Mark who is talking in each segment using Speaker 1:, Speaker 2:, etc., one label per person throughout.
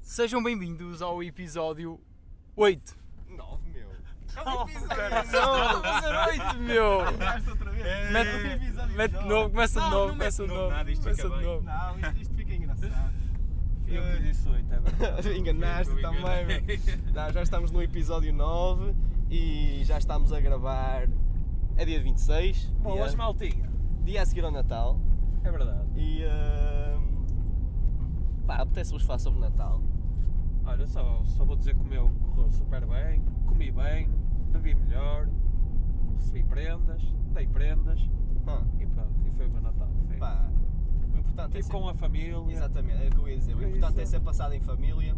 Speaker 1: Sejam bem-vindos ao episódio 8.
Speaker 2: 9, meu.
Speaker 1: Oh, Não, fazer 8, meu!
Speaker 2: outra vez.
Speaker 1: Mete- Mete de novo, começa de
Speaker 3: Não,
Speaker 1: novo,
Speaker 3: não
Speaker 1: começa de
Speaker 3: mete
Speaker 1: novo.
Speaker 3: nada, isto
Speaker 1: Começa
Speaker 3: fica
Speaker 1: de
Speaker 3: bem.
Speaker 1: novo.
Speaker 2: Não, isto, isto fica engraçado.
Speaker 3: Eu que disse 8, é verdade.
Speaker 2: Enganaste
Speaker 3: Eu
Speaker 2: também,
Speaker 3: enganei.
Speaker 2: meu. Não, já estamos no episódio 9 e já estamos a gravar. É dia 26.
Speaker 3: Bom,
Speaker 2: dia,
Speaker 3: hoje maltinha.
Speaker 2: dia a seguir ao Natal.
Speaker 3: É verdade.
Speaker 2: E. ahm, pá, apetece-vos falar sobre Natal.
Speaker 3: Olha, só, só vou dizer que o meu correu super bem, comi bem, bebi melhor, recebi prendas, dei prendas
Speaker 2: Ah,
Speaker 3: e pronto, e foi o meu Natal. Foi.
Speaker 2: pá, o importante é
Speaker 3: Estive
Speaker 2: ser.
Speaker 3: com a família.
Speaker 2: Exatamente, é o que eu ia dizer. O
Speaker 3: É
Speaker 2: importante
Speaker 3: isso.
Speaker 2: é ser passado em família.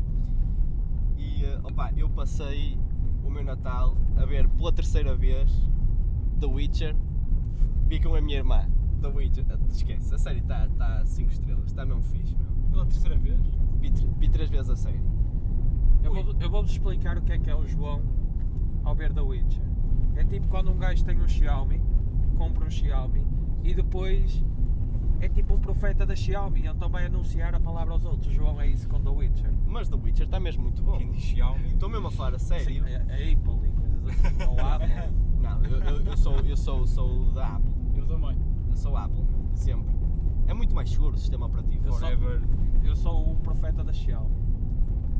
Speaker 2: E eh, opá, eu passei o meu Natal a ver pela terceira vez The Witcher. Vi com a minha irmã. The Witcher. Ah, Esquece, a série está tá 5 estrelas, está mesmo fixe, meu.
Speaker 1: Pela terceira vez?
Speaker 2: Vi, tr- vi três vezes a série.
Speaker 3: Eu vou- Eu vou-vos explicar o que é que é o João ao ver The Witcher. É tipo quando um gajo tem um Xiaomi, compra um Xiaomi e depois é tipo um profeta da Xiaomi, então vai anunciar a palavra aos outros. O João é isso com The Witcher.
Speaker 2: Mas The Witcher está mesmo muito bom.
Speaker 4: Quem diz Xiaomi?
Speaker 2: Estou mesmo a falar a sério.
Speaker 3: É, é Apple e coisas assim, ou Apple.
Speaker 2: Não, eu, eu, eu sou, eu sou, sou da Apple.
Speaker 1: Eu também.
Speaker 2: Eu sou Apple, meu, sempre. É muito mais seguro o sistema operativo.
Speaker 3: Eu sou-
Speaker 4: Forever.
Speaker 3: Eu sou o profeta da Xiaomi.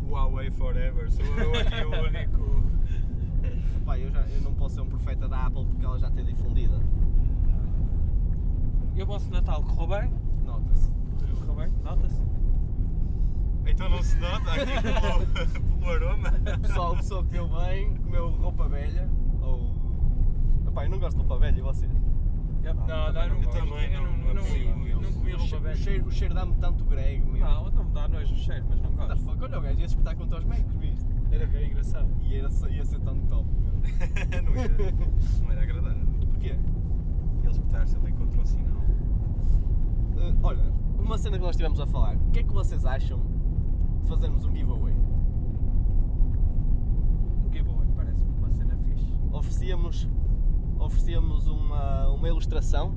Speaker 4: Huawei Forever. Sou eu aqui o único.
Speaker 2: Pá, eu, já, eu não posso ser um profeta da Apple porque ela já tem difundida.
Speaker 3: E o vosso Natal correu bem?
Speaker 2: Nota-se.
Speaker 3: Correu bem? Nota-se?
Speaker 4: Então não se nota aqui pelo, pelo aroma.
Speaker 2: O pessoal, o pessoal comeu bem, comeu roupa velha. Ou. Epá, eu não gosto de roupa velha, e vocês?
Speaker 3: Eu-
Speaker 1: Não, não,
Speaker 3: também
Speaker 1: eu não
Speaker 4: Eu
Speaker 1: gosto.
Speaker 4: também
Speaker 1: Eu não-
Speaker 4: não-
Speaker 1: eu não-
Speaker 4: não consigo,
Speaker 1: eu não
Speaker 4: eu-
Speaker 1: comi
Speaker 2: o, che-
Speaker 1: roupa
Speaker 2: o
Speaker 1: velha. Ah,
Speaker 2: cheiro, o cheiro dá-me tanto grego, meu.
Speaker 3: Não, não me dá nojo o cheiro, mas não
Speaker 2: What the
Speaker 3: gosto.
Speaker 2: fuck? Olha o gajo ia espetar contra os mecos, viste?
Speaker 1: Era bem engraçado.
Speaker 2: E era, ia ser tão top, meu.
Speaker 4: Não era, não era agradável.
Speaker 2: Porquê?
Speaker 4: Ele espetar-se ali contra o sinal.
Speaker 2: Eh, olha, uma cena que nós estivemos a falar. O que é que vocês acham de fazermos um giveaway?
Speaker 3: Um giveaway parece-me uma cena fixe.
Speaker 2: oferecíamos, oferecíamos uma, uma ilustração,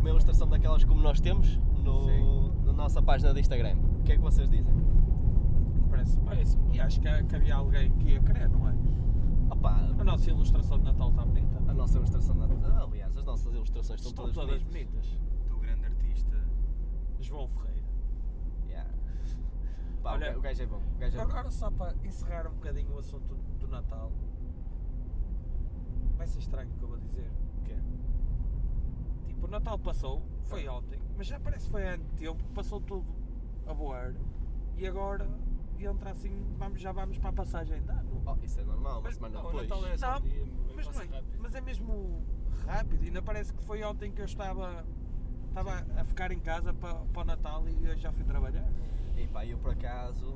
Speaker 2: uma ilustração daquelas como nós temos no,
Speaker 3: Sim.
Speaker 2: na nossa página de Instagram. O que é que vocês dizem?
Speaker 3: Parece, parece E acho que, que havia alguém que ia querer, não é?
Speaker 2: Opa,
Speaker 3: A nossa ilustração de Natal está bonita. é?
Speaker 2: a nossa ilustração, da- aliás, as nossas ilustrações estão,
Speaker 3: Estão todas
Speaker 2: bonitas.
Speaker 3: bonitas.
Speaker 4: Do grande artista.
Speaker 3: João Ferreira.
Speaker 2: Yeah. Pá, o
Speaker 3: Olha-
Speaker 2: ga- o gajo é bom, o gajo é bom.
Speaker 3: Agora só para encerrar um bocadinho o assunto do Natal. Vai ser estranho o que eu vou dizer.
Speaker 2: O quê?
Speaker 3: Tipo, o Natal passou, foi ontem, mas já parece que foi há muito tempo, passou tudo a voar e agora entra assim, vamos, já vamos para a passagem de ano.
Speaker 2: Oh, isso é normal, uma
Speaker 3: Mas-
Speaker 2: semana
Speaker 4: Ah,
Speaker 1: não, o
Speaker 2: depois.
Speaker 1: Natal é- só um
Speaker 3: Não,
Speaker 1: dia, mas
Speaker 3: mas, não
Speaker 1: passa
Speaker 3: é,
Speaker 1: rápido.
Speaker 3: mas é mesmo rápido, ainda parece que foi ontem que eu estava, estava a ficar em casa para, para o Natal e eu já fui trabalhar.
Speaker 2: E pá, eu por acaso,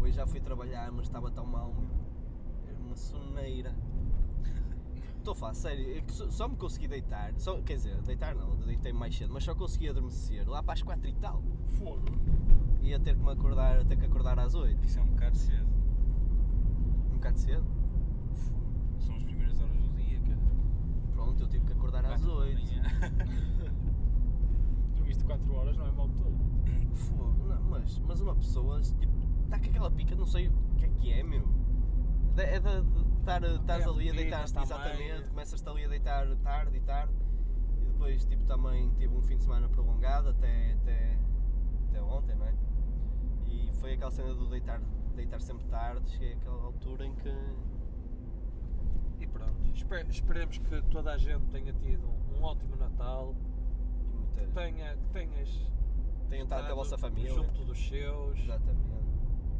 Speaker 2: hoje já fui trabalhar, mas estava tão mal, meu. Era uma soneira. Estou a falar, sério, é que só, só me consegui deitar, só, quer dizer, deitar não, deitei mais cedo, mas só consegui adormecer lá para as 4 e tal.
Speaker 1: Fogo.
Speaker 2: Ia ter que me acordar, ter que acordar às 8,
Speaker 4: Isso é um bocado cedo.
Speaker 2: um bocado cedo.
Speaker 4: São as primeiras horas do dia, cara.
Speaker 2: Pronto, eu tive que acordar às
Speaker 4: Quatro da
Speaker 2: 8.
Speaker 4: manhã.
Speaker 1: Dormiste 4 horas, não é mal de todo.
Speaker 2: Fogo, não, mas, mas uma pessoa, tipo, está com aquela pica, não sei o que é que é, meu. Da- É de estar
Speaker 3: É a
Speaker 2: ali a
Speaker 3: rotina
Speaker 2: deitar-te,
Speaker 3: também.
Speaker 2: exatamente, começas-te ali a deitar tarde e tarde. E depois, tipo, também tive um fim de semana prolongado até, até, até ontem, não é? E foi aquela cena do deitar, deitar sempre tarde, cheguei àquela altura em que.
Speaker 3: E pronto, espe- esperemos que toda a gente tenha tido um ótimo Natal,
Speaker 2: e Muita,
Speaker 3: que, tenha, que tenhas
Speaker 2: tenham estado com a vossa família.
Speaker 3: junto dos seus.
Speaker 2: Exatamente,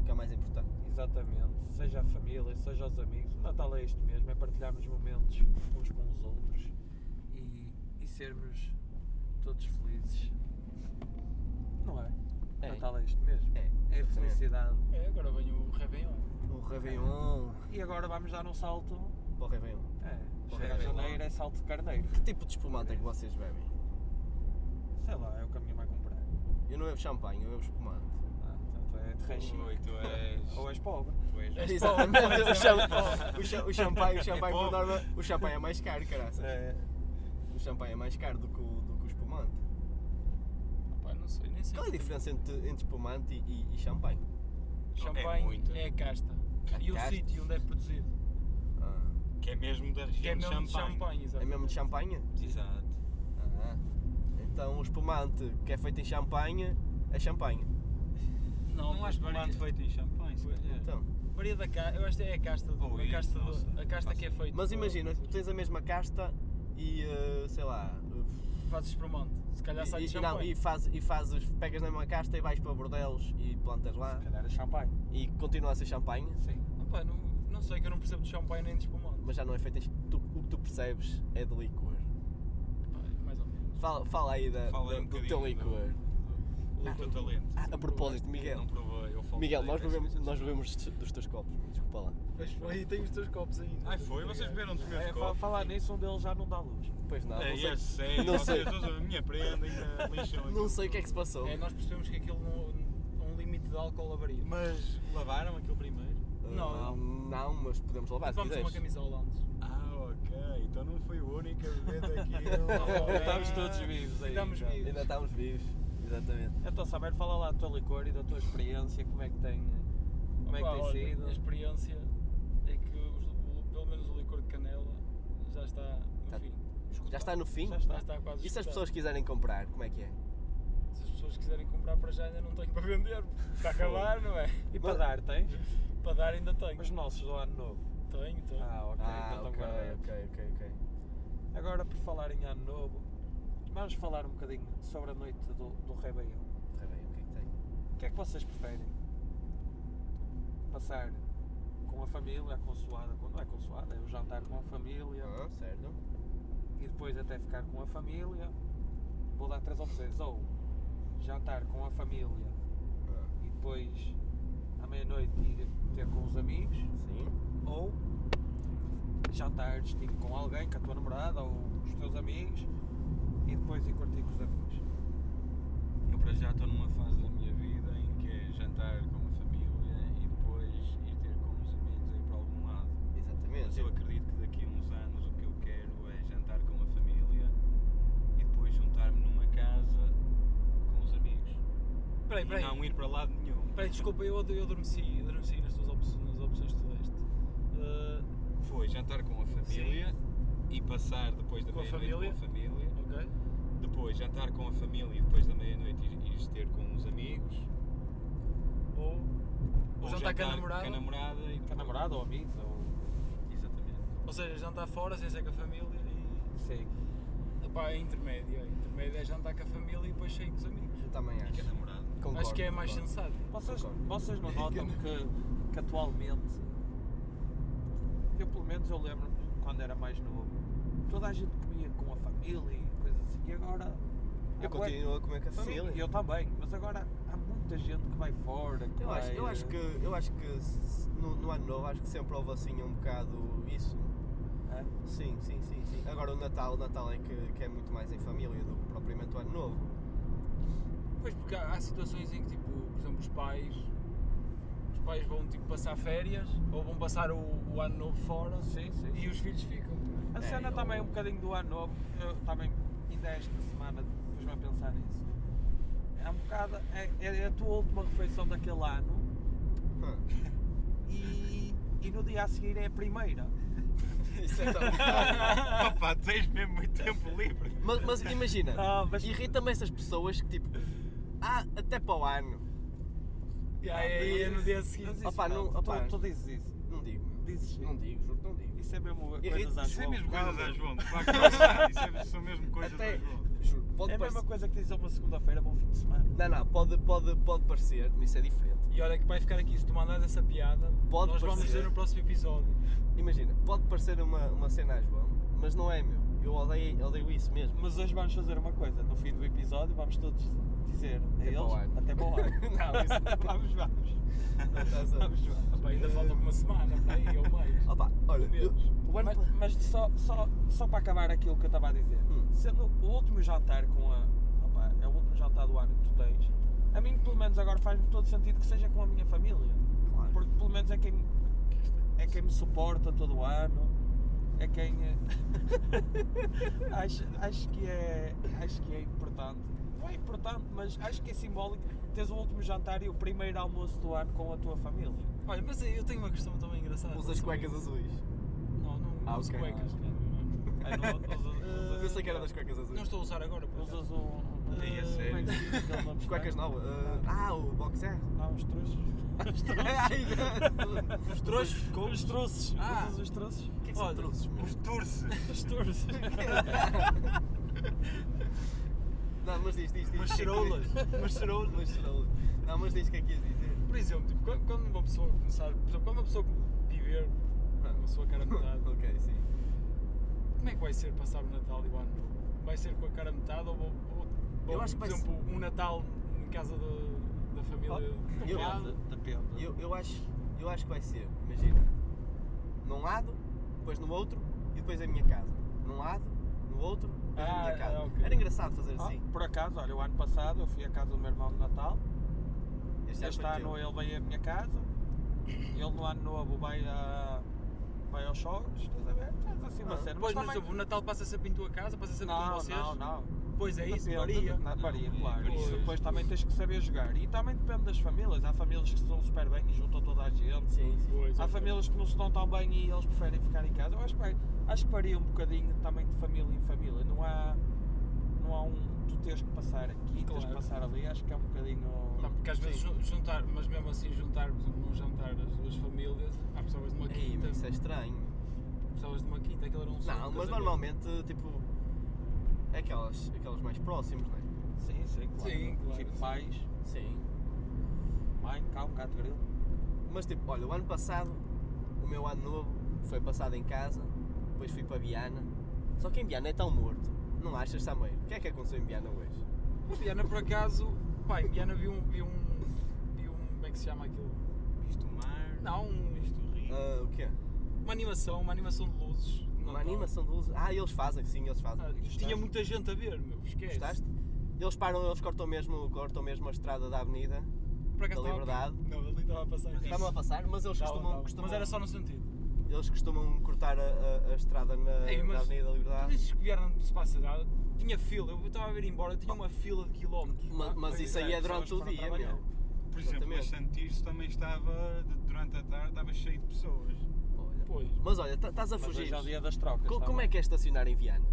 Speaker 2: que é o mais importante.
Speaker 3: Exatamente, seja a família, seja os amigos, o Natal é isto mesmo, é partilharmos momentos uns com os outros e, e sermos todos felizes. Não é?
Speaker 2: É.
Speaker 3: Natal é isto mesmo.
Speaker 2: É,
Speaker 3: É
Speaker 2: exatamente.
Speaker 3: felicidade.
Speaker 1: É, agora venho o Réveillon.
Speaker 2: O Réveillon.
Speaker 3: E agora vamos dar um salto.
Speaker 2: Para o Réveillon.
Speaker 3: É,
Speaker 2: Bom,
Speaker 3: chega a
Speaker 2: bem,
Speaker 3: janeiro, é salto de carneiro.
Speaker 2: Que tipo de espumante é que vocês bebem?
Speaker 3: Sei lá, é o que a minha mãe comprar.
Speaker 2: Eu não bebo champanhe, eu bebo espumante.
Speaker 3: Ah, então tu é de
Speaker 4: Ui,
Speaker 3: reixinho.
Speaker 4: tu és.
Speaker 3: Ou és pobre.
Speaker 4: Tu és.
Speaker 2: Exatamente, o,
Speaker 1: É
Speaker 2: cham- o, cha- o champanhe, o champanhe por
Speaker 4: pobre.
Speaker 2: norma, o champanhe é mais caro, caraças.
Speaker 3: É.
Speaker 2: O champanhe é mais caro do que o, do que o espumante.
Speaker 1: Pá, não sei, nem
Speaker 2: Qual é a diferença entre, entre espumante e, e champanhe?
Speaker 4: É
Speaker 1: Champanhe
Speaker 4: muito.
Speaker 1: é, a casta.
Speaker 2: A
Speaker 1: E o
Speaker 2: casta.
Speaker 1: sítio onde é produzido.
Speaker 2: Ah,
Speaker 4: Que é mesmo da
Speaker 1: Que é
Speaker 4: região de
Speaker 1: mesmo de
Speaker 4: Champagne.
Speaker 1: champanhe,
Speaker 2: é
Speaker 1: exato.
Speaker 2: mesmo de champanhe?
Speaker 4: Exato.
Speaker 2: Ah, então o espumante que é feito em champanhe é champanhe.
Speaker 1: Não,
Speaker 4: Não acho que
Speaker 1: varia.
Speaker 4: tomate feito em champanhe, se
Speaker 1: É.
Speaker 4: calhar.
Speaker 2: Então,
Speaker 1: Varia da casta. Eu acho que é a casta do.
Speaker 4: Ou
Speaker 1: a
Speaker 4: isso,
Speaker 1: casta, do-
Speaker 4: nossa,
Speaker 1: a casta
Speaker 4: faço
Speaker 1: que é feita.
Speaker 2: mas imagina, tu tens a mesma casta e eh, sei lá. eh,
Speaker 1: Fazes espumante. Se calhar
Speaker 2: e,
Speaker 1: sai de
Speaker 2: e, não,
Speaker 1: champanhe.
Speaker 2: e, faz, e fazes, pegas na mesma casta e vais para bordelos e plantas lá
Speaker 3: Se calhar é champanhe.
Speaker 2: e continua a ser champanhe,
Speaker 3: Sim.
Speaker 1: Opa, não, não sei que eu não percebo de champanhe nem de espumante.
Speaker 2: mas já não é feito em. ch- tu- o que tu percebes é de licor.
Speaker 1: Pá, Mais ou menos.
Speaker 2: Fala, fala aí da,
Speaker 4: Fala aí
Speaker 2: da-
Speaker 4: um
Speaker 2: do teu
Speaker 4: bocadinho do-
Speaker 2: licor.
Speaker 4: O teu talento.
Speaker 2: Ah, a propósito, Miguel.
Speaker 4: Não provei, eu falo
Speaker 2: Miguel,
Speaker 4: daí
Speaker 2: nós
Speaker 4: dessas
Speaker 2: bebemos,
Speaker 4: coisas.
Speaker 2: nós bebemos dos- dos teus copos, desculpa lá.
Speaker 1: Mas foi, e tem os teus copos ainda.
Speaker 4: Ai foi, vocês beberam dos meus
Speaker 3: É, fa-
Speaker 4: copos.
Speaker 3: falar nisso, um deles já não dá luz.
Speaker 2: Pois não,
Speaker 4: É,
Speaker 2: não sei,
Speaker 4: eu sei.
Speaker 2: não sei.
Speaker 4: Vocês um usam a minha prenda ainda lixam
Speaker 2: não
Speaker 4: aquilo
Speaker 2: sei o que é
Speaker 4: tudo.
Speaker 2: que se passou.
Speaker 1: É, nós percebemos que aquilo não, um limite de álcool avaria.
Speaker 4: Mas lavaram aquilo primeiro?
Speaker 1: não.
Speaker 2: Ah, não, mas podemos lavar se
Speaker 1: Vamos uma
Speaker 2: quiseres.
Speaker 1: camisola antes.
Speaker 4: Ah, ok. Então não foi o único a beber daquilo.
Speaker 1: Não,
Speaker 3: Estamos todos vivos aí.
Speaker 1: Estamos
Speaker 3: então.
Speaker 1: vivos.
Speaker 2: Ainda estamos vivos, exatamente.
Speaker 3: Então, Saber, fala lá do teu licor e da tua experiência, como é que tem, como é que
Speaker 1: Opa,
Speaker 3: tem
Speaker 1: olha,
Speaker 3: sido.
Speaker 1: A experiência é que os- o- pelo menos o licor de canela já está no
Speaker 2: Tá.
Speaker 1: fim.
Speaker 2: Já está no fim?
Speaker 3: Já
Speaker 1: Já está quase
Speaker 2: E se as
Speaker 1: esgotado.
Speaker 2: pessoas quiserem comprar, como é que é?
Speaker 1: Se as pessoas quiserem comprar para já ainda não tenho para vender. Está a acabar, não é?
Speaker 3: E para
Speaker 2: Mas-
Speaker 3: dar, tens?
Speaker 1: Para dar ainda tenho.
Speaker 3: Os nossos do ano novo.
Speaker 1: Tenho, tenho.
Speaker 3: Ah, ok,
Speaker 2: Ah,
Speaker 3: então estão
Speaker 2: ok,
Speaker 3: guardados.
Speaker 2: ok, ok, ok.
Speaker 3: Agora, por falar em ano novo, vamos falar um bocadinho sobre a noite do, do Réveillon.
Speaker 2: Está bem, o que é que tem?
Speaker 3: O que é que vocês preferem? Passar com a família, a consoada, não é consoada, é o jantar com a família
Speaker 2: Ah, certo.
Speaker 3: e depois até ficar com a família. Vou dar três opções, ou jantar com a família
Speaker 2: Ah,
Speaker 3: e depois à meia-noite ir ter com os amigos,
Speaker 2: sim.
Speaker 3: ou jantares tipo, com alguém, com a tua namorada ou com os teus amigos e depois ir curtir com os amigos.
Speaker 4: Eu para já estou numa fase da minha vida em que é jantar com a família e depois ir ter com os amigos aí para algum lado. Mas
Speaker 2: Exatamente.
Speaker 4: eu acredito que daqui a uns anos o que eu quero é jantar com a família e depois juntar-me numa casa com os amigos.
Speaker 1: Peraí,
Speaker 4: E
Speaker 1: peraí.
Speaker 4: não ir para lado nenhum.
Speaker 1: Peraí, desculpa, eu, eu adormeci, adormeci nas tuas opções, nas opções que tu deste. Ah,
Speaker 4: Foi jantar com a família e passar depois da
Speaker 1: Com a
Speaker 4: meia-noite com
Speaker 1: família?
Speaker 4: a família.
Speaker 1: ok.
Speaker 4: Depois jantar com a família e depois da meia-noite ir, ires ter com os amigos.
Speaker 1: Ou, ou
Speaker 4: Ou
Speaker 1: jantar com a namorada.
Speaker 4: Com a namorada e
Speaker 3: Com a
Speaker 4: depois-
Speaker 3: namorada ou amigos ou.
Speaker 4: Exatamente.
Speaker 1: Ou seja, jantar fora sem ser com a família e.
Speaker 3: Sim.
Speaker 1: Pá, é intermédio. é. Intermédio é jantar com a família e depois sair com os amigos.
Speaker 2: Eu também
Speaker 4: E com a
Speaker 2: acho.
Speaker 4: namorada.
Speaker 2: Concordo,
Speaker 1: Acho que é mais
Speaker 2: concordo.
Speaker 1: sensato.
Speaker 3: Vocês,
Speaker 2: Concordo.
Speaker 3: vocês não notam que, que atualmente, eu pelo menos eu lembro-me quando era mais novo, toda a gente comia com a família e coisas assim, e agora. há
Speaker 2: Eu
Speaker 3: bué-
Speaker 2: continuo a comer com a
Speaker 3: Sim,
Speaker 2: família.
Speaker 3: eu também, mas agora há muita gente que vai fora. Que
Speaker 2: Eu
Speaker 3: vai, eh,
Speaker 2: acho, eu acho que, eu acho que se- no, no ano novo acho que sempre houve assim um bocado isso.
Speaker 3: É?
Speaker 2: Sim, sim, sim, sim. Agora o Natal, o Natal é que, que é muito mais em família do que propriamente o ano novo.
Speaker 1: Pois porque há, há situações em que tipo, por exemplo, os pais os pais vão tipo passar férias ou vão passar o, o ano novo fora
Speaker 3: Sim, sim.
Speaker 1: e os filhos ficam.
Speaker 3: A
Speaker 2: É,
Speaker 3: cena
Speaker 2: eu-
Speaker 3: também é um bocadinho do ano novo, eu também ainda é esta semana pus-me a pensar nisso. É um bocado, é, é a tua última refeição daquele ano
Speaker 2: Hã,
Speaker 3: e, e no dia a seguir é a primeira.
Speaker 2: Isso é tão...
Speaker 4: Opa, tens mesmo muito tempo livre.
Speaker 2: mas, mas imagina,
Speaker 3: Não, mas-
Speaker 2: irrita-me essas pessoas que tipo, ah, até para o ano.
Speaker 1: E
Speaker 2: Ah,
Speaker 1: aí, aí é no dia
Speaker 3: Ah, Mas
Speaker 1: seguinte.
Speaker 3: isso
Speaker 2: Opa, não-
Speaker 3: tu-
Speaker 2: opa.
Speaker 3: Tu, dizes isso.
Speaker 2: Não digo, meu.
Speaker 3: Dizes sim.
Speaker 2: não digo, juro que não digo.
Speaker 3: Isso é mesmo
Speaker 2: Irrita-
Speaker 3: coisas às
Speaker 4: Isso é mesmo
Speaker 2: João.
Speaker 4: coisas a João, de facto. lá está, Isso é, são mesmo coisas
Speaker 2: Até,
Speaker 4: a João.
Speaker 2: juro, pode
Speaker 3: É a mesma
Speaker 2: parecer.
Speaker 3: coisa que dizes a uma segunda-feira, bom fim de semana.
Speaker 2: Não, não, pode, pode, pode parecer, mas isso é diferente.
Speaker 1: E olha que vai ficar aqui, se tu mandares essa piada,
Speaker 2: Pode
Speaker 1: nós vamos
Speaker 2: parecer.
Speaker 1: ver no próximo episódio.
Speaker 2: Imagina, pode parecer uma, uma cena a João, mas não é meu. Eu odeio, odeio isso mesmo.
Speaker 3: Mas hoje vamos fazer uma coisa, no fim do episódio vamos todos dizer a
Speaker 2: Até
Speaker 3: eles,
Speaker 2: para o ano.
Speaker 3: até para o ano.
Speaker 2: Não, isso-
Speaker 3: vamos, vamos.
Speaker 2: Estás a-
Speaker 3: Vamos, vamos.
Speaker 1: Opa, Ah,
Speaker 2: Eh,
Speaker 1: ainda falta uma semana para aí, ou mais.
Speaker 2: Opa, olha,
Speaker 1: Meu
Speaker 2: eu-
Speaker 1: Deus.
Speaker 2: o ano
Speaker 3: Mas,
Speaker 2: pa-
Speaker 3: mas só, só, só para acabar aquilo que eu estava a dizer,
Speaker 2: Hum.
Speaker 3: sendo o último jantar com a. opá, é o último jantar do ano que tu tens, a mim pelo menos agora faz-me todo sentido que seja com a minha família.
Speaker 2: Claro.
Speaker 3: Porque pelo menos é quem, é quem me suporta todo o ano, é quem. eh, acho, acho, que é, acho que é importante. importante. Não é importante, mas acho que é simbólico teres o último jantar e o primeiro almoço do ano com a tua família.
Speaker 1: Olha, mas eu tenho uma questão também engraçada.
Speaker 2: Usa as cuecas azuis.
Speaker 1: Não, não
Speaker 2: Ah,
Speaker 1: uso
Speaker 2: ok.
Speaker 1: cuecas.
Speaker 3: Ai, não, usas-
Speaker 2: Eu sei que era das cuecas azuis.
Speaker 1: Não estou a usar agora, por acaso.
Speaker 3: Usas um.
Speaker 4: Ei, a sério?
Speaker 3: Como é que se diz aquele nome?
Speaker 2: As cuecas novas. eh, ah, o boxer.
Speaker 3: Ah, os trouxas.
Speaker 2: Ai,
Speaker 1: Os trouxos? Como?
Speaker 3: Os trouxas.
Speaker 1: Ah.
Speaker 3: Usas os trouxas.
Speaker 2: O que é que são
Speaker 1: Olha,
Speaker 2: trouxas, meu?
Speaker 4: Os turces!
Speaker 3: Os trouxas.
Speaker 2: Não, mas diz, diz, diz.
Speaker 1: Umas ceroulas.
Speaker 2: Umas ceroulas. Umas ceroulas. Não, mas diz o que é que ias dizer.
Speaker 1: Por exemplo, tipo, quando quando uma pessoa começar. por exemplo, Quando uma pessoa viver a sua cara metade,
Speaker 2: ok, sim.
Speaker 1: como é que vai ser passar o Natal e o Ano Novo? Vai ser com a cara metade ou, ou, ou
Speaker 2: Eu acho que
Speaker 1: por
Speaker 2: vai Ah,
Speaker 1: exemplo, um Natal em casa da, da família
Speaker 2: eu-
Speaker 1: de cada?
Speaker 3: Depende, depende.
Speaker 2: Eu, eu, acho, eu acho que vai ser, imagina, num lado, depois no outro e depois a minha casa. Num lado, no outro, depois a
Speaker 1: Ah,
Speaker 2: minha casa.
Speaker 1: ah, ok.
Speaker 2: Era engraçado fazer
Speaker 3: Ah,
Speaker 2: assim.
Speaker 3: por acaso, olha, o ano passado eu fui à casa do meu irmão de Natal.
Speaker 1: é
Speaker 2: Este,
Speaker 3: Este
Speaker 2: ano
Speaker 3: ano
Speaker 2: foi teu.
Speaker 3: ele veio à minha casa, ele no ano novo vai, a, vai aos sogros, estás a ver? Faz assim uma
Speaker 2: Ah,
Speaker 3: cena.
Speaker 1: Pois, mas por
Speaker 3: também-
Speaker 1: exemplo, o Natal passa sempre em tua casa, passa sempre com
Speaker 3: não,
Speaker 1: vocês?
Speaker 3: não, não.
Speaker 1: Pois é isso,
Speaker 3: Depende,
Speaker 1: Maria.
Speaker 3: Na Maria,
Speaker 4: Não,
Speaker 3: claro.
Speaker 4: pois.
Speaker 3: Isso depois também tens que saber jogar. E também depende das famílias. Há famílias que se dão super bem e juntam toda a gente.
Speaker 2: Sim, sim.
Speaker 1: Pois,
Speaker 3: Há
Speaker 1: ok.
Speaker 3: famílias que não se dão tão bem e eles preferem ficar em casa. Eu acho que, vai- acho que varia um bocadinho também de família em família. Não há, não há um. Tu tens que passar aqui, tens que
Speaker 1: Claro.
Speaker 3: passar ali. Acho que é um bocadinho.
Speaker 1: Tá, porque às vezes ju- juntar, mas mesmo assim juntar, por exemplo, num jantar as duas famílias, há pessoas de uma
Speaker 2: Ei,
Speaker 1: quinta,
Speaker 2: mas isso é estranho.
Speaker 1: pessoas de uma quinta, aquilo era um só
Speaker 2: Não, mas
Speaker 1: casamento.
Speaker 2: normalmente, tipo, é aquelas, aquelas mais próximas, não é?
Speaker 3: Sim, sim, claro.
Speaker 1: Sim, claro.
Speaker 3: Tipo, pais,
Speaker 2: Sim.
Speaker 3: mãe, cá, um gato grilo.
Speaker 2: Mas tipo, olha, o ano passado, o meu ano novo foi passado em casa, depois fui para Viana. Só que em Viana é tão morto, não achas, Sameiro? O que é que aconteceu em Viana hoje?
Speaker 1: Mas Diana, por acaso, pá, em Diana vi um, vi um, vi um, como é que se chama aquilo?
Speaker 4: Isto mar.
Speaker 1: Não, um-
Speaker 4: Isto rio.
Speaker 2: Ah, o quê?
Speaker 1: uma animação, uma animação de luzes. de
Speaker 2: Uma
Speaker 1: Natal.
Speaker 2: animação de luzes. Ah, eles fazem, sim, eles fazem.
Speaker 1: Ah, é e tinha muita gente a ver, meu, esquece.
Speaker 2: Gostaste? Eles param, eles cortam mesmo, cortam mesmo a estrada da avenida.
Speaker 1: Por acaso
Speaker 2: Da
Speaker 1: estava-
Speaker 2: Liberdade.
Speaker 1: Não, ali estava a passar.
Speaker 4: Mas
Speaker 1: Estava-
Speaker 2: Estavam a passar, mas eles
Speaker 1: estava-
Speaker 2: costumam,
Speaker 1: estava.
Speaker 2: costumam-
Speaker 1: tá Mas era só no sentido.
Speaker 2: eles costumam cortar a, a- a estrada na,
Speaker 1: Ei,
Speaker 2: na
Speaker 1: mas
Speaker 2: Avenida da
Speaker 1: Tu
Speaker 2: Liberdade.
Speaker 1: dizes que vieram não se passa nada, tinha fila, eu estava a ver embora, tinha uma fila de quilómetros.
Speaker 2: Ma- Mas,
Speaker 3: Pois
Speaker 2: isso
Speaker 3: é,
Speaker 2: aí é
Speaker 3: pessoas
Speaker 2: durante o
Speaker 3: foram
Speaker 2: dia,
Speaker 3: trabalhar.
Speaker 2: meu.
Speaker 4: Por exemplo, a
Speaker 2: exatamente.
Speaker 4: Santirso também estava, de- durante a tarde, estava cheio de pessoas.
Speaker 2: Olha.
Speaker 1: Pois,
Speaker 2: Mas olha, tá- estás a
Speaker 3: Mas
Speaker 2: fugir.
Speaker 3: hoje é o dia das trocas.
Speaker 2: Co-
Speaker 3: tá
Speaker 2: Como é
Speaker 3: bem?
Speaker 2: que é estacionar em Viana?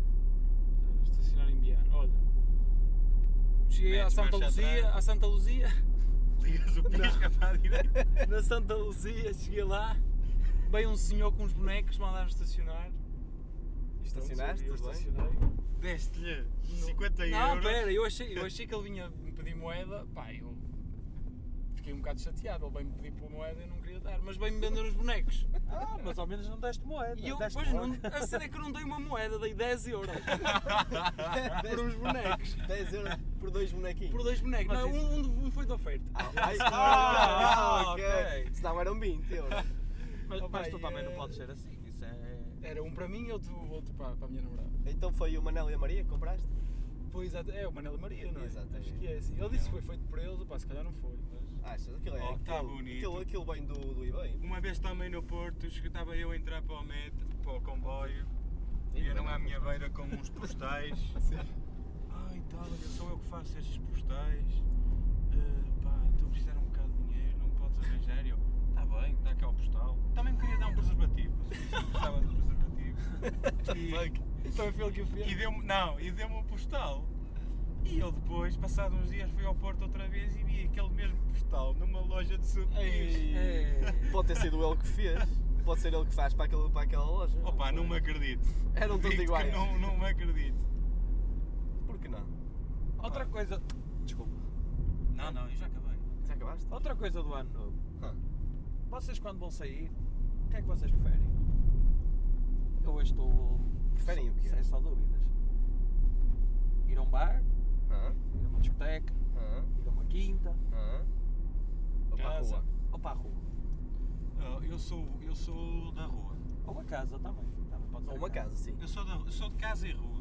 Speaker 1: estacionar em Biano, olha. Cheguei à
Speaker 4: Metes
Speaker 1: Santa
Speaker 4: marcha
Speaker 1: Luzia,
Speaker 4: atrás.
Speaker 1: à Santa Luzia,
Speaker 4: Ligas o pisca é para a direita.
Speaker 1: na Santa Luzia, cheguei lá, veio um senhor com uns bonecos, mandaram estacionar. é um
Speaker 2: Estacionaste,
Speaker 1: Eu
Speaker 2: tudo bem?
Speaker 1: estacionei.
Speaker 4: Deste-lhe 50
Speaker 1: Não,
Speaker 4: euros.
Speaker 1: pera, eu achei, eu achei que ele vinha me pedir moeda, pá, eu fiquei um bocado chateado, ele veio-me pedir por moeda e eu não queria dar, mas veio-me vender os bonecos.
Speaker 3: Ah, mas ao menos não deste moeda.
Speaker 1: E eu,
Speaker 3: deste
Speaker 1: pois, não,
Speaker 3: moeda.
Speaker 1: a cena é que eu não dei uma moeda, dei 10 euros por uns bonecos.
Speaker 2: 10 euros por dois bonequinhos.
Speaker 1: Por dois bonecos.
Speaker 2: Mas
Speaker 1: Não, um, um foi de oferta.
Speaker 2: Ah, ai,
Speaker 3: Ah,
Speaker 2: ah, ok.
Speaker 3: ok.
Speaker 2: Senão eram 20 euros.
Speaker 3: Mas,
Speaker 1: Oh,
Speaker 3: mas
Speaker 1: pai,
Speaker 3: tu também
Speaker 1: eh,
Speaker 3: não podes ser assim. Isso é.
Speaker 1: Era um para mim e outro, outro para, para a minha namorada.
Speaker 2: Então foi o Manel e a Maria que compraste?
Speaker 1: Foi exato, é o Manela Maria, não é?
Speaker 2: Exatamente.
Speaker 1: Acho que é assim. Ele disse que foi feito por eles, pá, se calhar não foi. Mas...
Speaker 2: Achas? Aquilo é.
Speaker 4: Oh, tá
Speaker 2: aquilo,
Speaker 4: bonito.
Speaker 2: Aquilo, aquilo vem do, do eBay.
Speaker 4: Uma vez também no Porto, estava eu a entrar para o metro, para o comboio,
Speaker 2: Sim,
Speaker 4: vieram
Speaker 2: mas
Speaker 4: à
Speaker 2: não
Speaker 4: minha beira com uns postais. Ai tal, olha, sou eu que faço estes postais. Eh, pá, estou a precisar um bocado de dinheiro, não me podes arranjar. E eu, está bem, dá cá o postal. Também me queria dar um preservativo, eu disse que gostava de um preservativo.
Speaker 1: Também foi ele que o
Speaker 4: E,
Speaker 1: fez.
Speaker 4: e deu-me, não, e deu-me o postal. E eu depois, passados uns dias, fui ao Porto outra vez e vi aquele mesmo postal numa loja de souvenirs.
Speaker 1: Ei.
Speaker 3: É.
Speaker 2: Pode ter sido ele que fez. Pode ser ele que faz para, aquele, para aquela loja.
Speaker 4: Opa, não me acredito.
Speaker 2: Eram
Speaker 4: Digo-te
Speaker 2: todos
Speaker 4: que
Speaker 2: iguais.
Speaker 4: Não, não me acredito.
Speaker 2: Por que não?
Speaker 3: Outra coisa. Desculpa.
Speaker 4: Não, não, eu já acabei.
Speaker 2: Já acabaste?
Speaker 3: Outra coisa do ano novo.
Speaker 2: Hã?
Speaker 3: Vocês quando vão sair, o que é que vocês preferem? Eu hoje estou.
Speaker 2: Preferem o quê?
Speaker 3: Sem só dúvidas. Ir a um bar,
Speaker 2: Hã?
Speaker 3: ir a uma discoteca,
Speaker 2: Hã?
Speaker 3: ir a uma quinta,
Speaker 2: Hã? Ou para a
Speaker 1: Casa.
Speaker 2: rua?
Speaker 3: ou para a rua.
Speaker 4: Não, Oh, Eu sou, eu sou da rua.
Speaker 3: Ou a casa também. também pode ser
Speaker 2: Ou uma
Speaker 3: a
Speaker 2: casa, sim.
Speaker 4: Eu sou, da, eu sou de casa e rua.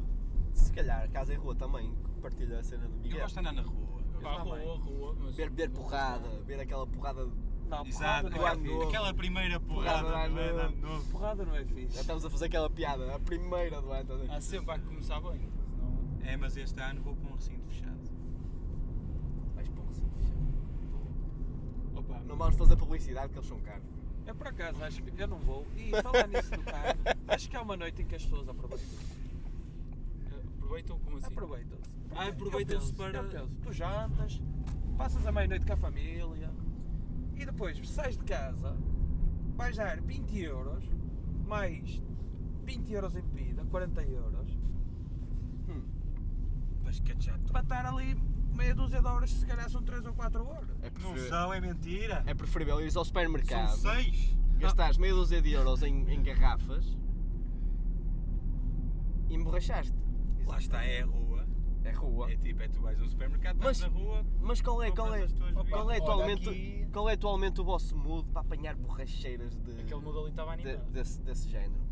Speaker 2: Se calhar casa e rua também partilha a cena do
Speaker 4: Eu
Speaker 2: Miguel.
Speaker 4: gosto de andar na rua. Eu
Speaker 1: Pá,
Speaker 4: gosto-
Speaker 3: também.
Speaker 1: rua, rua, mas...
Speaker 2: Ver, ver porrada, ver aquela porrada.
Speaker 3: Não,
Speaker 4: Exato,
Speaker 3: porrada não é
Speaker 2: Guarda-
Speaker 3: fixe.
Speaker 4: aquela primeira porrada
Speaker 2: Porrada
Speaker 4: não é
Speaker 2: lá
Speaker 4: nada
Speaker 2: no-
Speaker 4: novo.
Speaker 3: Porrada não é
Speaker 2: Já
Speaker 3: fixe.
Speaker 4: Ah.
Speaker 1: Ah,
Speaker 2: estamos a fazer aquela piada, a primeira do ano. estás a ver?
Speaker 1: Há sempre há que começar bem. senão-
Speaker 4: É, mas este ano vou para um recinto fechado.
Speaker 2: Vais para um recinto fechado.
Speaker 3: Opa,
Speaker 2: Não vamos fazer publicidade que eles são caros.
Speaker 3: eu por acaso acho que eu não vou. E falar nisso do carro, acho que há uma noite em que as pessoas aproveitam.
Speaker 1: Aproveitam como assim?
Speaker 3: Aproveitam-se.
Speaker 1: Ah, aproveitam-se
Speaker 3: Eu penso,
Speaker 1: para-
Speaker 3: eu penso, é tu jantas, passas a meia-noite com a família e depois sais de casa, vais dar 20 euros, mais 20 euros em bebida, 40 euros,
Speaker 4: Vais cachar
Speaker 3: para estar ali meia dúzia de horas, se calhar são 3 ou 4 horas.
Speaker 2: É
Speaker 4: Não
Speaker 2: preferível,
Speaker 4: são, é mentira.
Speaker 2: é preferível ires ao
Speaker 4: São
Speaker 2: supermercado,
Speaker 4: seis.
Speaker 2: gastares meia dúzia de euros em, em garrafas e emborrachaste.
Speaker 4: Lá está, é a rua.
Speaker 2: É rua.
Speaker 4: É tipo, é tu vais ao supermercado, estás
Speaker 2: Mas-
Speaker 4: na rua.
Speaker 2: Mas qual é, qual é,
Speaker 4: Compras as tuas
Speaker 2: qual é
Speaker 1: bebidas.
Speaker 2: atualmente,
Speaker 1: Olha aqui.
Speaker 2: qual é atualmente o vosso mood para apanhar borracheiras de,
Speaker 1: Aquele modelo ali estava
Speaker 2: de-
Speaker 1: animado.
Speaker 2: desse, desse género?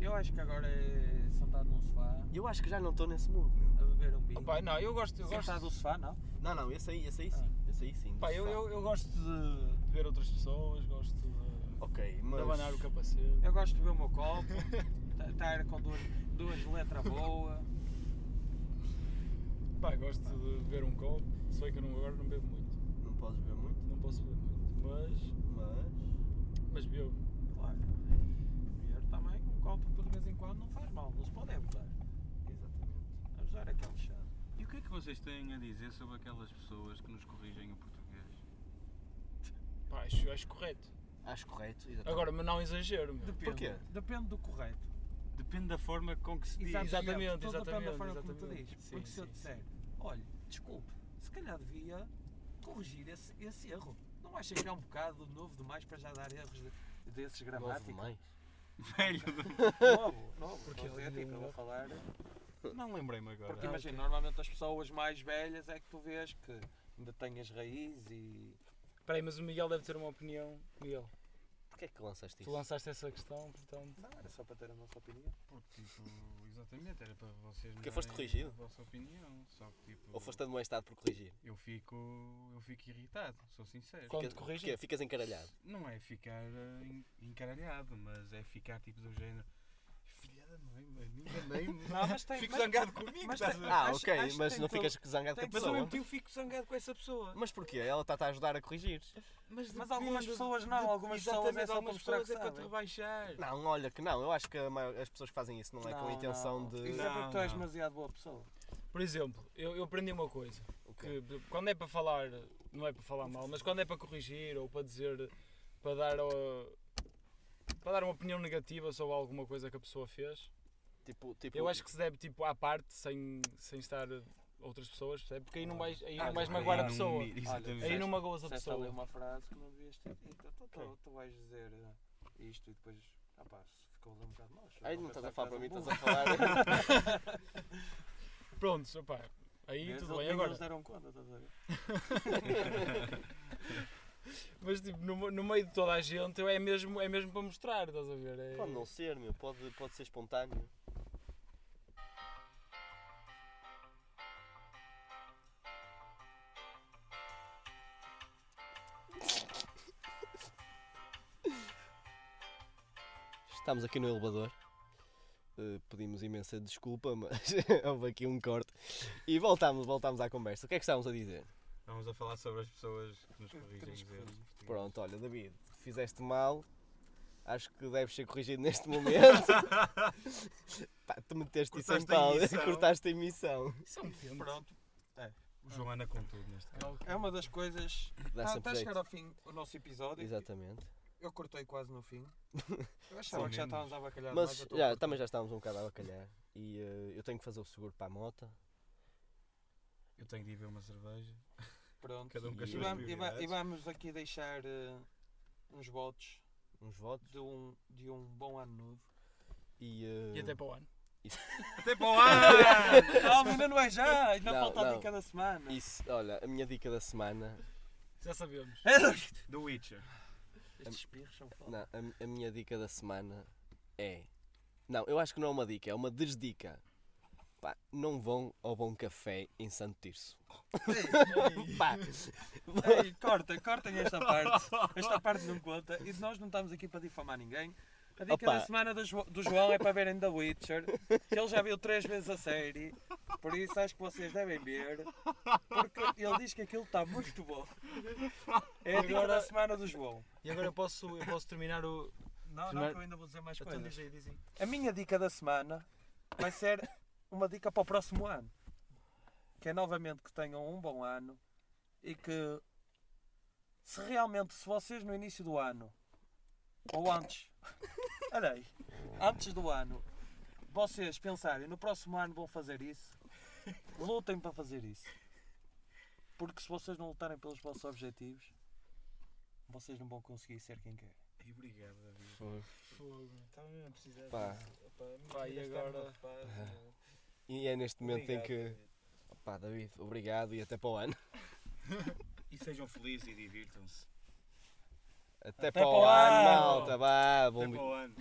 Speaker 3: Eu acho que agora é sentado num sofá,
Speaker 2: Eu acho que já não estou nesse mood, meu.
Speaker 3: a beber um vinho.
Speaker 1: Opa, não, eu gosto, eu
Speaker 3: sentado
Speaker 1: gosto,
Speaker 3: no sofá, não?
Speaker 2: Não, não, esse aí, esse aí sim. Esse aí sim.
Speaker 1: Pá, eu, eu, eu gosto de, de ver outras pessoas, gosto de,
Speaker 2: Ok,
Speaker 1: de
Speaker 2: mas...
Speaker 1: abanar o capacete.
Speaker 3: Eu gosto de beber o meu copo, ta- estar com duas, duas letras boas.
Speaker 1: Pá, gosto de beber um copo. Se bem que eu não, agora não bebo muito.
Speaker 2: Não podes beber muito,
Speaker 1: Não posso beber muito. Mas,
Speaker 2: mas...
Speaker 1: mas bebo.
Speaker 3: Claro. Beber também, um copo de vez em quando não faz mal, não se pode abusar.
Speaker 2: Exatamente.
Speaker 3: Abusar é que é lixado.
Speaker 4: E o que é que vocês têm a dizer sobre aquelas pessoas que nos corrigem o português?
Speaker 1: Pá, acho, acho correto.
Speaker 2: Acho correto, exatamente.
Speaker 1: Agora, mas não exagero, meu.
Speaker 3: Depende.
Speaker 2: Porquê?
Speaker 3: Depende do correto.
Speaker 4: Depende da forma com que se diz.
Speaker 1: Exato. exatamente,
Speaker 3: Tudo depende da
Speaker 1: exatamente,
Speaker 3: forma como tu
Speaker 1: exatamente.
Speaker 3: dizes.
Speaker 1: Sim,
Speaker 3: Porque se eu
Speaker 1: sim,
Speaker 3: disser, olha, desculpe, se calhar devia corrigir esse, esse erro. Não acha que é um bocado novo demais para já dar erros de- desses gramáticos?
Speaker 2: mais.
Speaker 4: Velho,
Speaker 3: Novo, novo. Porque é tipo, eu vou falar...
Speaker 4: não lembrei-me agora.
Speaker 3: Porque imagina, normalmente as pessoas mais velhas é que tu vês que ainda têm as raízes e.
Speaker 1: Espera aí, mas o Miguel deve ter uma opinião. Miguel,
Speaker 2: Porquê é que lançaste
Speaker 1: tu
Speaker 2: isso?
Speaker 1: lançaste essa questão, portanto...
Speaker 3: Não, era só para ter a nossa opinião.
Speaker 4: Ah, Porque, tipo, exatamente, era para vocês me
Speaker 2: Porque foste
Speaker 4: darem
Speaker 2: corrigido?
Speaker 4: A vossa opinião, só que, tipo,
Speaker 2: Ou foste amoestado por corrigir?
Speaker 4: eu, fico, eu fico irritado, sou sincero.
Speaker 1: Quando
Speaker 2: Fica-
Speaker 1: te corrigem?
Speaker 2: porquê? Ficas encaralhado.
Speaker 4: Não é ficar eh, en- encaralhado, mas é ficar, tipo, do género... Filha da mãe, mano, enganei-me.
Speaker 3: Não, mas tem-
Speaker 4: Fico
Speaker 3: mas-
Speaker 4: zangado comigo,
Speaker 3: mas
Speaker 4: estás
Speaker 3: tem- Ah,
Speaker 4: a ver?
Speaker 2: Ah,
Speaker 3: Acho-
Speaker 2: ok,
Speaker 3: acho que
Speaker 2: mas
Speaker 3: tem
Speaker 2: não
Speaker 3: todo-
Speaker 2: ficas zangado com
Speaker 3: tem
Speaker 2: a
Speaker 3: todo-
Speaker 4: Mas ao
Speaker 2: pessoa.
Speaker 4: mesmo tempo fico zangado com essa pessoa.
Speaker 2: Mas porquê? Ela está-te a ajudar a corrigir.
Speaker 3: Mas algumas pessoas não, algumas pessoas
Speaker 4: exatamente,
Speaker 3: é só para
Speaker 4: algumas
Speaker 3: mostrar
Speaker 4: pessoas
Speaker 3: que
Speaker 4: é para te
Speaker 3: sabem.
Speaker 4: rebaixar.
Speaker 2: Não, olha que não. Eu acho que a maior- as pessoas que fazem isso não é com a intenção
Speaker 3: não.
Speaker 2: de...
Speaker 3: Isso é porque tu és
Speaker 4: Não, não.
Speaker 3: demasiado boa pessoa.
Speaker 1: Por exemplo, eu, eu aprendi uma coisa.
Speaker 2: O quê?
Speaker 1: que quando é para falar, não é para falar mal, mas quando é para corrigir ou para dizer, para dar, ó, para dar uma opinião negativa sobre alguma coisa que a pessoa fez,
Speaker 2: Tipo, tipo...
Speaker 1: eu acho que se deve tipo à parte, sem, sem estar outras pessoas, percebe? Porque aí não vais, aí
Speaker 3: Ah,
Speaker 1: não vais
Speaker 3: claro.
Speaker 1: magoar a
Speaker 3: Aí
Speaker 1: pessoa,
Speaker 4: Exatamente.
Speaker 1: aí não magoas a
Speaker 3: Disseste ali
Speaker 1: pessoa.
Speaker 3: uma frase que não devias ter dito. Então Tu, tu, tu vais dizer eh, isto e depois. Ah pá, ficou ali um bocado mal.
Speaker 2: Ai, não estás a falar para mim, estás
Speaker 3: estás
Speaker 2: a falar...
Speaker 1: Pronto, opá, aí tudo bem
Speaker 3: Eles
Speaker 1: agora.
Speaker 3: deram conta, estás a ver?
Speaker 1: Mas tipo, no, no meio de toda a gente eu- é mesmo, é mesmo para mostrar, estás a ver? É-
Speaker 2: Pode não ser, meu. Pode, pode ser espontâneo. Estamos aqui no elevador. Eh, pedimos imensa desculpa, mas houve aqui um corte. E voltámos, voltámos à conversa. O que é que estávamos a dizer?
Speaker 4: Vamos a falar sobre as pessoas que nos corrigem
Speaker 3: nos
Speaker 4: os
Speaker 3: corrigem.
Speaker 4: erros.
Speaker 2: Pronto, olha, David, fizeste mal. Acho que deves ser corrigido neste momento. Pá, tu meteste isso em
Speaker 4: Cortaste a
Speaker 2: pau,
Speaker 4: emissão.
Speaker 2: cortaste a emissão.
Speaker 1: Isso é um pente.
Speaker 3: Pronto.
Speaker 4: É. O João anda com tudo neste caso.
Speaker 3: É uma das coisas.
Speaker 2: Dá
Speaker 3: Está
Speaker 2: sempre
Speaker 3: tá a chegar
Speaker 2: um jeito.
Speaker 3: ao fim o nosso episódio.
Speaker 2: Exatamente.
Speaker 3: Eu cortei quase no fim. Eu achava que já
Speaker 4: menos.
Speaker 3: estávamos a bacalhar mais,
Speaker 2: Mas
Speaker 3: eu tô
Speaker 2: já,
Speaker 3: a
Speaker 2: também já estávamos um bocado a bacalhar. E eh, eu tenho que fazer o seguro para a moto.
Speaker 4: Eu tenho de ir ver uma cerveja.
Speaker 3: Pronto.
Speaker 4: Cada um com as
Speaker 2: E
Speaker 3: E,
Speaker 4: suas
Speaker 3: vam- e va- e
Speaker 4: prioridades.
Speaker 3: vamos aqui deixar eh, uns votos
Speaker 2: Uns votos.
Speaker 3: de um, de um bom ano novo.
Speaker 2: E, eh,
Speaker 1: E até para o ano.
Speaker 4: Até para o ar!
Speaker 3: Calma, ainda não é já! Ainda
Speaker 2: Não,
Speaker 3: falta a
Speaker 2: não.
Speaker 3: dica da semana.
Speaker 2: eh, isso, olha, a minha dica da semana.
Speaker 1: Já sabemos.
Speaker 3: É,
Speaker 4: The Witcher.
Speaker 3: Estes espirros são foda.
Speaker 2: Não, a, a minha dica da semana é. Não, eu acho que não é uma dica, é uma desdica. Pá, não vão ao bom café em Santo Tirso.
Speaker 3: É
Speaker 2: Pá,
Speaker 3: Ei, cortem, cortem esta parte. Esta parte não conta. E nós não estamos aqui para difamar ninguém. A dica
Speaker 2: Opa.
Speaker 3: da semana do, Jo- do João é para verem The Witcher, que ele já viu três vezes a série, por isso acho que vocês devem ver, porque ele diz que aquilo está muito bom. É a dica
Speaker 1: Agora-
Speaker 3: da semana do João.
Speaker 1: E agora eu posso, eu posso terminar o.
Speaker 3: Não,
Speaker 1: Primeiro-
Speaker 3: que eu ainda vou dizer mais
Speaker 1: Então diz aí, diz aí.
Speaker 3: A minha dica da semana vai ser uma dica para o próximo ano. Que é novamente que tenham um bom ano e que se realmente, se vocês no início do ano ou antes, olha aí, antes do ano, vocês pensarem no próximo ano vão fazer isso, lutem para fazer isso. Porque se vocês não lutarem pelos vossos objetivos, vocês não vão conseguir ser quem querem.
Speaker 4: Ai, Obrigado, David.
Speaker 1: Fogo.
Speaker 4: Estava mesmo a precisar
Speaker 2: Pá.
Speaker 4: disso. Opa, a minha
Speaker 1: Pá, e
Speaker 4: vida está
Speaker 1: agora?
Speaker 4: numa fase, meu.
Speaker 2: E é neste momento em
Speaker 4: Obrigado,
Speaker 2: que.
Speaker 4: David.
Speaker 2: Pá, David, obrigado e até para o ano.
Speaker 4: E sejam felizes e divirtam-se.
Speaker 2: Até,
Speaker 3: para o ano.
Speaker 2: malta. Vá,
Speaker 4: Até
Speaker 2: bom,
Speaker 4: para o ano.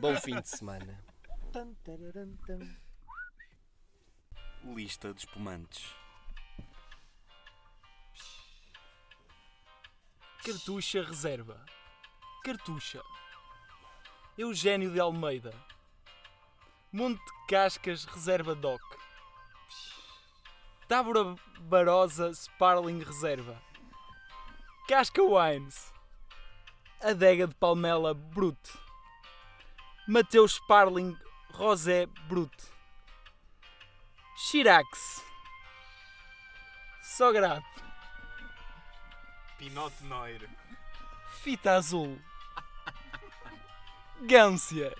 Speaker 2: bom fim de semana.
Speaker 3: Tan, tararam, tan.
Speaker 5: Lista de espumantes.
Speaker 1: Cartucha Reserva. Cartucha. Eugênio de Almeida. Monte Cascas Reserva Doc. Tábora Barosa Sparling Reserva. Casca Wines. Adega de Palmela Brute. Mateus Sparling Rosé Brute. Chirax. Sograp.
Speaker 5: Pinote Noir.
Speaker 1: Fita azul. Gância.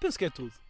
Speaker 1: Penso que é tudo.